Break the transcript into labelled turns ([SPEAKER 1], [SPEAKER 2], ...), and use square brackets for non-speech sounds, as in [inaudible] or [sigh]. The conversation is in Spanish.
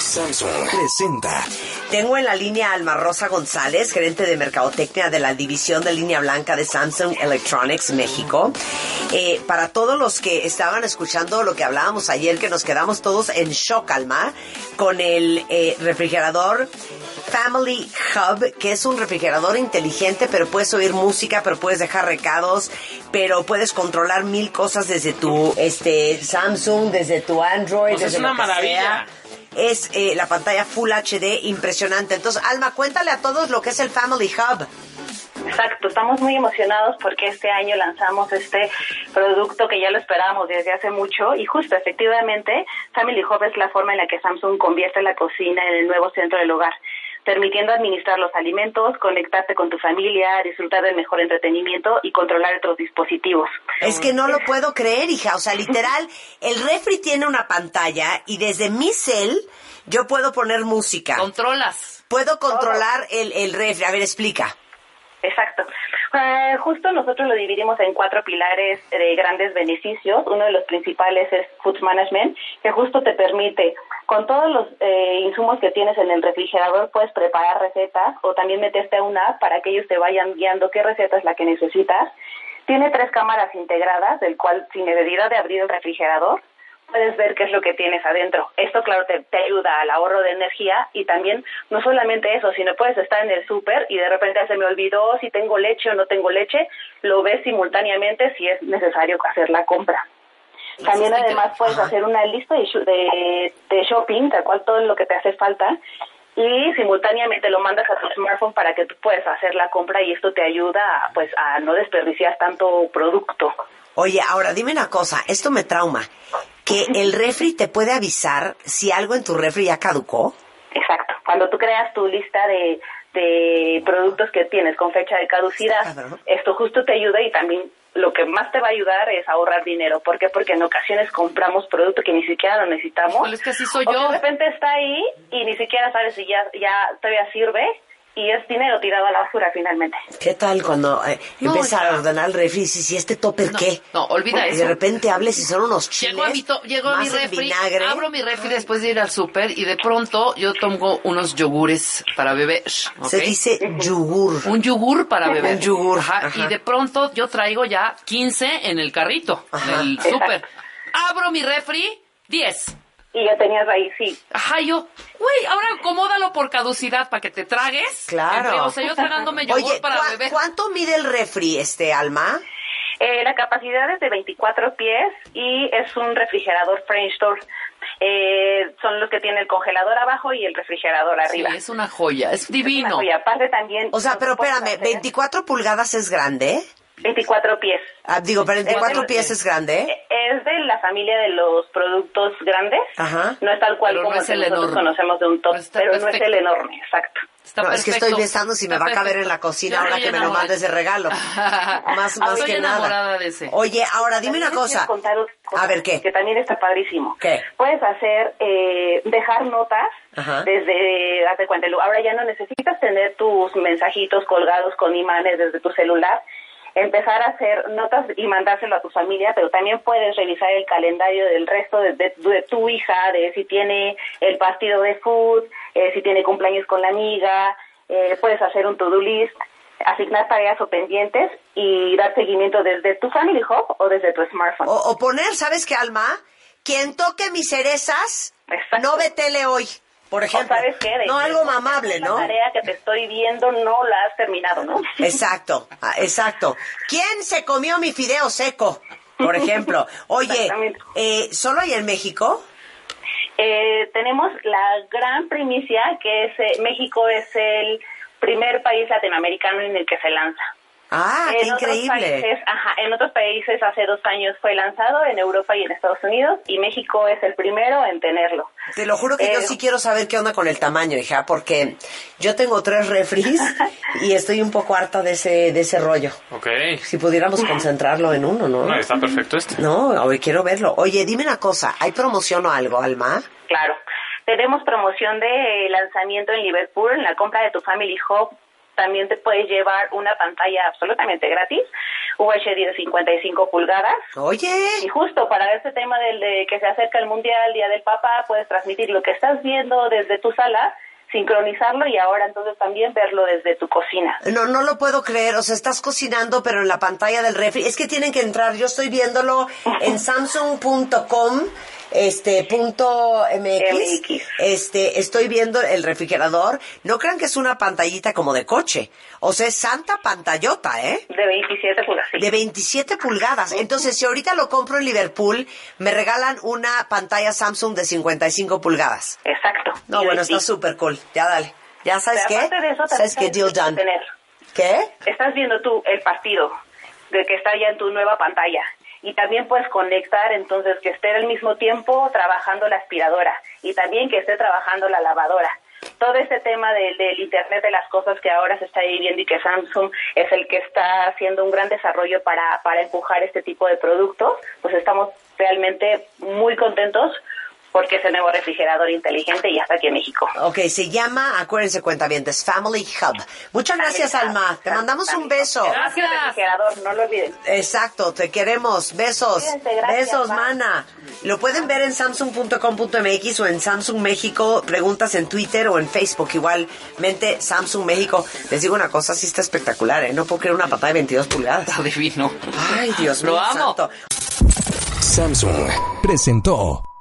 [SPEAKER 1] Samsung presenta.
[SPEAKER 2] Tengo en la línea a Alma Rosa González, gerente de mercadotecnia de la división de línea blanca de Samsung Electronics México. Eh, para todos los que estaban escuchando lo que hablábamos ayer, que nos quedamos todos en shock, Alma, con el eh, refrigerador Family Hub, que es un refrigerador inteligente, pero puedes oír música, pero puedes dejar recados, pero puedes controlar mil cosas desde tu este Samsung, desde tu Android,
[SPEAKER 3] Pues es
[SPEAKER 2] desde
[SPEAKER 3] una
[SPEAKER 2] lo que
[SPEAKER 3] maravilla.
[SPEAKER 2] sea es eh, la pantalla Full HD impresionante. Entonces, Alma, cuéntale a todos lo que es el Family Hub.
[SPEAKER 4] Exacto, estamos muy emocionados porque este año lanzamos este producto que ya lo esperábamos desde hace mucho y justo, efectivamente, Family Hub es la forma en la que Samsung convierte la cocina en el nuevo centro del hogar permitiendo administrar los alimentos, conectarte con tu familia, disfrutar del mejor entretenimiento y controlar otros dispositivos.
[SPEAKER 2] Es que no lo puedo creer, hija. O sea, literal, el refri tiene una pantalla y desde mi cel yo puedo poner música.
[SPEAKER 3] Controlas.
[SPEAKER 2] Puedo controlar el, el refri. A ver, explica.
[SPEAKER 4] Exacto. Eh, justo nosotros lo dividimos en cuatro pilares de grandes beneficios. Uno de los principales es Food Management, que justo te permite, con todos los eh, insumos que tienes en el refrigerador, puedes preparar recetas o también meterte a una app para que ellos te vayan guiando qué receta es la que necesitas. Tiene tres cámaras integradas, del cual sin necesidad de abrir el refrigerador, puedes ver qué es lo que tienes adentro. Esto, claro, te, te ayuda al ahorro de energía y también no solamente eso, sino puedes estar en el súper y de repente "Ah, se me olvidó si tengo leche o no tengo leche, lo ves simultáneamente si es necesario hacer la compra. También además puedes hacer una lista de, shu- de, de shopping, tal cual todo lo que te hace falta, y simultáneamente lo mandas a tu smartphone para que tú puedas hacer la compra y esto te ayuda pues a no desperdiciar tanto producto.
[SPEAKER 2] Oye, ahora dime una cosa. Esto me trauma. Que el refri te puede avisar si algo en tu refri ya caducó.
[SPEAKER 4] Exacto. Cuando tú creas tu lista de, de productos que tienes con fecha de
[SPEAKER 2] Ah,
[SPEAKER 4] caducidad,
[SPEAKER 2] ¿verdad?
[SPEAKER 4] esto justo te ayuda y también lo que más te va a ayudar es ahorrar dinero. ¿Por qué? Porque en ocasiones compramos productos que ni siquiera lo necesitamos.
[SPEAKER 3] Híjole, es que así soy
[SPEAKER 4] o
[SPEAKER 3] yo. ¿eh?
[SPEAKER 4] De repente está ahí y ni siquiera sabes si ya, ya todavía sirve y es dinero tirado a la basura finalmente.
[SPEAKER 2] ¿Qué tal cuando eh,
[SPEAKER 3] No,
[SPEAKER 2] empiezas
[SPEAKER 3] hija.
[SPEAKER 2] a ordenar el refri? Si, si este topper
[SPEAKER 3] No,
[SPEAKER 2] qué.
[SPEAKER 3] no, olvida
[SPEAKER 2] Y de
[SPEAKER 3] eso.
[SPEAKER 2] repente hables y son unos chiles.
[SPEAKER 3] Llego a mi, to- llego a mi
[SPEAKER 2] más el
[SPEAKER 3] refri,
[SPEAKER 2] vinagre.
[SPEAKER 3] abro mi refri después de ir al súper y de pronto yo tomo unos yogures para beber. ¿ok?
[SPEAKER 2] Se dice yogur.
[SPEAKER 3] Un yogur para beber.
[SPEAKER 2] Un yogur,
[SPEAKER 3] Ajá,
[SPEAKER 2] ajá.
[SPEAKER 3] Y de pronto yo traigo ya 15 en el carrito
[SPEAKER 2] Ajá.
[SPEAKER 3] del súper. Abro mi refri, 10.
[SPEAKER 4] Y ya tenías ahí, sí,
[SPEAKER 3] Ajá, yo, güey, ahora acomódalo por caducidad para que te tragues.
[SPEAKER 2] Claro.
[SPEAKER 3] Entre- o sea, yo tragándome yogur
[SPEAKER 2] Oye,
[SPEAKER 3] para
[SPEAKER 2] ¿cuá-
[SPEAKER 3] beber.
[SPEAKER 2] ¿cuánto mide el refri, este, Alma?
[SPEAKER 4] Eh, la capacidad es de 24 pies y es un refrigerador French door. Eh, son los que tienen el congelador abajo y el refrigerador
[SPEAKER 3] Sí,
[SPEAKER 4] arriba.
[SPEAKER 3] es una joya, es
[SPEAKER 4] Una
[SPEAKER 3] divino.
[SPEAKER 4] joya. aparte también.
[SPEAKER 2] O sea, pero
[SPEAKER 4] puedes
[SPEAKER 2] espérame,
[SPEAKER 4] hacer
[SPEAKER 2] 24 pulgadas es grande.
[SPEAKER 4] 24 pies.
[SPEAKER 2] Ah, digo, pero 24
[SPEAKER 4] Eh,
[SPEAKER 2] pies es grande.
[SPEAKER 4] Eh, Es de la familia de los productos grandes.
[SPEAKER 2] Ajá.
[SPEAKER 4] No es tal cual
[SPEAKER 3] Pero no
[SPEAKER 4] como
[SPEAKER 3] es
[SPEAKER 4] el
[SPEAKER 3] el
[SPEAKER 4] que nosotros
[SPEAKER 3] enorme.
[SPEAKER 4] conocemos de un top,
[SPEAKER 3] Pero está
[SPEAKER 4] pero no es
[SPEAKER 3] perfecto.
[SPEAKER 4] el enorme, exacto.
[SPEAKER 3] Está
[SPEAKER 2] No, es que
[SPEAKER 3] perfecto.
[SPEAKER 2] estoy pensando si me
[SPEAKER 3] Está
[SPEAKER 2] va a caber en la
[SPEAKER 3] perfecto.
[SPEAKER 2] cocina
[SPEAKER 3] Yo
[SPEAKER 2] ahora
[SPEAKER 3] estoy
[SPEAKER 2] que me lo
[SPEAKER 3] enamorada.
[SPEAKER 2] mandes de
[SPEAKER 3] [laughs]
[SPEAKER 2] regalo. Más, más
[SPEAKER 3] Estoy
[SPEAKER 2] que nada.
[SPEAKER 3] enamorada de ese.
[SPEAKER 2] Oye, ahora dime una
[SPEAKER 4] También les
[SPEAKER 2] cosa.
[SPEAKER 4] quiero contar otra cosa
[SPEAKER 2] A ver, ¿qué?
[SPEAKER 4] Que también está padrísimo.
[SPEAKER 2] ¿Qué?
[SPEAKER 4] Puedes hacer, eh, dejar notas
[SPEAKER 2] Ajá.
[SPEAKER 4] desde, hazte cuenta, Lu, ahora ya no necesitas tener tus mensajitos colgados con imanes desde tu celular. Empezar a hacer notas y mandárselo a tu familia, pero también puedes revisar el calendario del resto de, de- de tu hija, de si tiene el partido de food, eh, si tiene cumpleaños con la amiga, eh, puedes hacer un to-do list asignar tareas o pendientes y dar seguimiento desde tu Family Hub o desde tu smartphone.
[SPEAKER 2] O, o poner, ¿sabes qué, Alma? Quien toque mis cerezas,
[SPEAKER 4] Exacto.
[SPEAKER 2] no ve tele hoy. Por ejemplo.
[SPEAKER 4] ¿O sabes qué? De-
[SPEAKER 2] No, algo mamable,
[SPEAKER 4] La
[SPEAKER 2] ¿no?
[SPEAKER 4] tarea [laughs] que te estoy viendo no la has terminado, ¿no?
[SPEAKER 2] Exacto, ah, exacto. ¿Quién se comió mi fideo seco? Por ejemplo. Oye,
[SPEAKER 4] Exactamente.
[SPEAKER 2] eh, ¿solo hay en México?
[SPEAKER 4] Eh, tenemos la gran primicia que es eh, México es el primer país latinoamericano en el que se lanza.
[SPEAKER 2] Ah, qué
[SPEAKER 4] en otros
[SPEAKER 2] increíble.
[SPEAKER 4] países- ajá, en otros países hace dos años fue lanzado, en Europa y en Estados Unidos, y México es el primero en tenerlo.
[SPEAKER 2] Te lo juro que yo
[SPEAKER 4] Eh,
[SPEAKER 2] sí quiero saber qué onda con el tamaño, hija, porque yo tengo tres
[SPEAKER 4] [laughs]
[SPEAKER 2] refris y estoy un poco harta de ese, de ese rollo.
[SPEAKER 1] Ok.
[SPEAKER 2] Si pudiéramos concentrarlo en uno, ¿no?
[SPEAKER 1] No, está perfecto este.
[SPEAKER 2] No, hoy quiero verlo. Oye, dime una cosa, ¿hay promoción o algo, Alma?
[SPEAKER 4] Claro. Tenemos promoción de eh, lanzamiento en Liverpool, en la compra de tu Family Hub. También te puedes llevar una pantalla absolutamente gratis, UHD de 55 pulgadas. Y
[SPEAKER 2] Oye,
[SPEAKER 4] justo para este tema del de que se acerca el Mundial, Día del Papa, puedes transmitir lo que estás viendo desde tu sala, sincronizarlo y ahora entonces también verlo desde tu cocina.
[SPEAKER 2] no, no lo puedo creer. O sea, estás cocinando, pero en la pantalla del refri. Es que tienen que entrar. Yo estoy viéndolo en samsung.com. Este punto MX,
[SPEAKER 4] MX.
[SPEAKER 2] este estoy viendo el refrigerador. No crean que es una pantallita como de coche. O sea, es santa pantallota, ¿eh?
[SPEAKER 4] De 27 pulgadas. sí.
[SPEAKER 2] De 27 pulgadas. Entonces, si ahorita lo compro en Liverpool, me regalan una pantalla Samsung de 55 pulgadas.
[SPEAKER 4] Exacto.
[SPEAKER 2] No,
[SPEAKER 4] Y
[SPEAKER 2] bueno,
[SPEAKER 4] de-
[SPEAKER 2] está súper cool. Ya dale. Ya sabes
[SPEAKER 4] Pero
[SPEAKER 2] qué.
[SPEAKER 4] aparte de eso, también
[SPEAKER 2] ¿Sabes qué?
[SPEAKER 4] sabes
[SPEAKER 2] Deal
[SPEAKER 4] que
[SPEAKER 2] done.
[SPEAKER 4] tener.
[SPEAKER 2] ¿Qué?
[SPEAKER 4] estás viendo tú el partido de que está ya en tu nueva pantalla y también puedes conectar entonces que esté al mismo tiempo trabajando la aspiradora y también que esté trabajando la lavadora. Todo este tema del, del Internet de las cosas que ahora se está viviendo y que Samsung es el que está haciendo un gran desarrollo para, para empujar este tipo de productos, pues estamos realmente muy contentos porque es el nuevo refrigerador inteligente y hasta aquí en México.
[SPEAKER 2] Ok, se llama, acuérdense cuentavientes, Family Hub. Muchas gracias, Alma. Te mandamos un beso.
[SPEAKER 4] Gracias. Refrigerador, no lo olviden.
[SPEAKER 2] Exacto, te queremos. Besos.
[SPEAKER 4] Cuídense, gracias,
[SPEAKER 2] Besos,
[SPEAKER 4] bye.
[SPEAKER 2] mana. Lo pueden ver en samsung.com.mx o en Samsung México. Preguntas en Twitter o en Facebook. Igualmente, Samsung México. Les digo una cosa, sí está espectacular, ¿eh? No puedo creer una patada de 22 pulgadas. [laughs]
[SPEAKER 3] Está divino.
[SPEAKER 2] Ay, Dios mío.
[SPEAKER 3] Lo amo.
[SPEAKER 2] santo.
[SPEAKER 5] Samsung presentó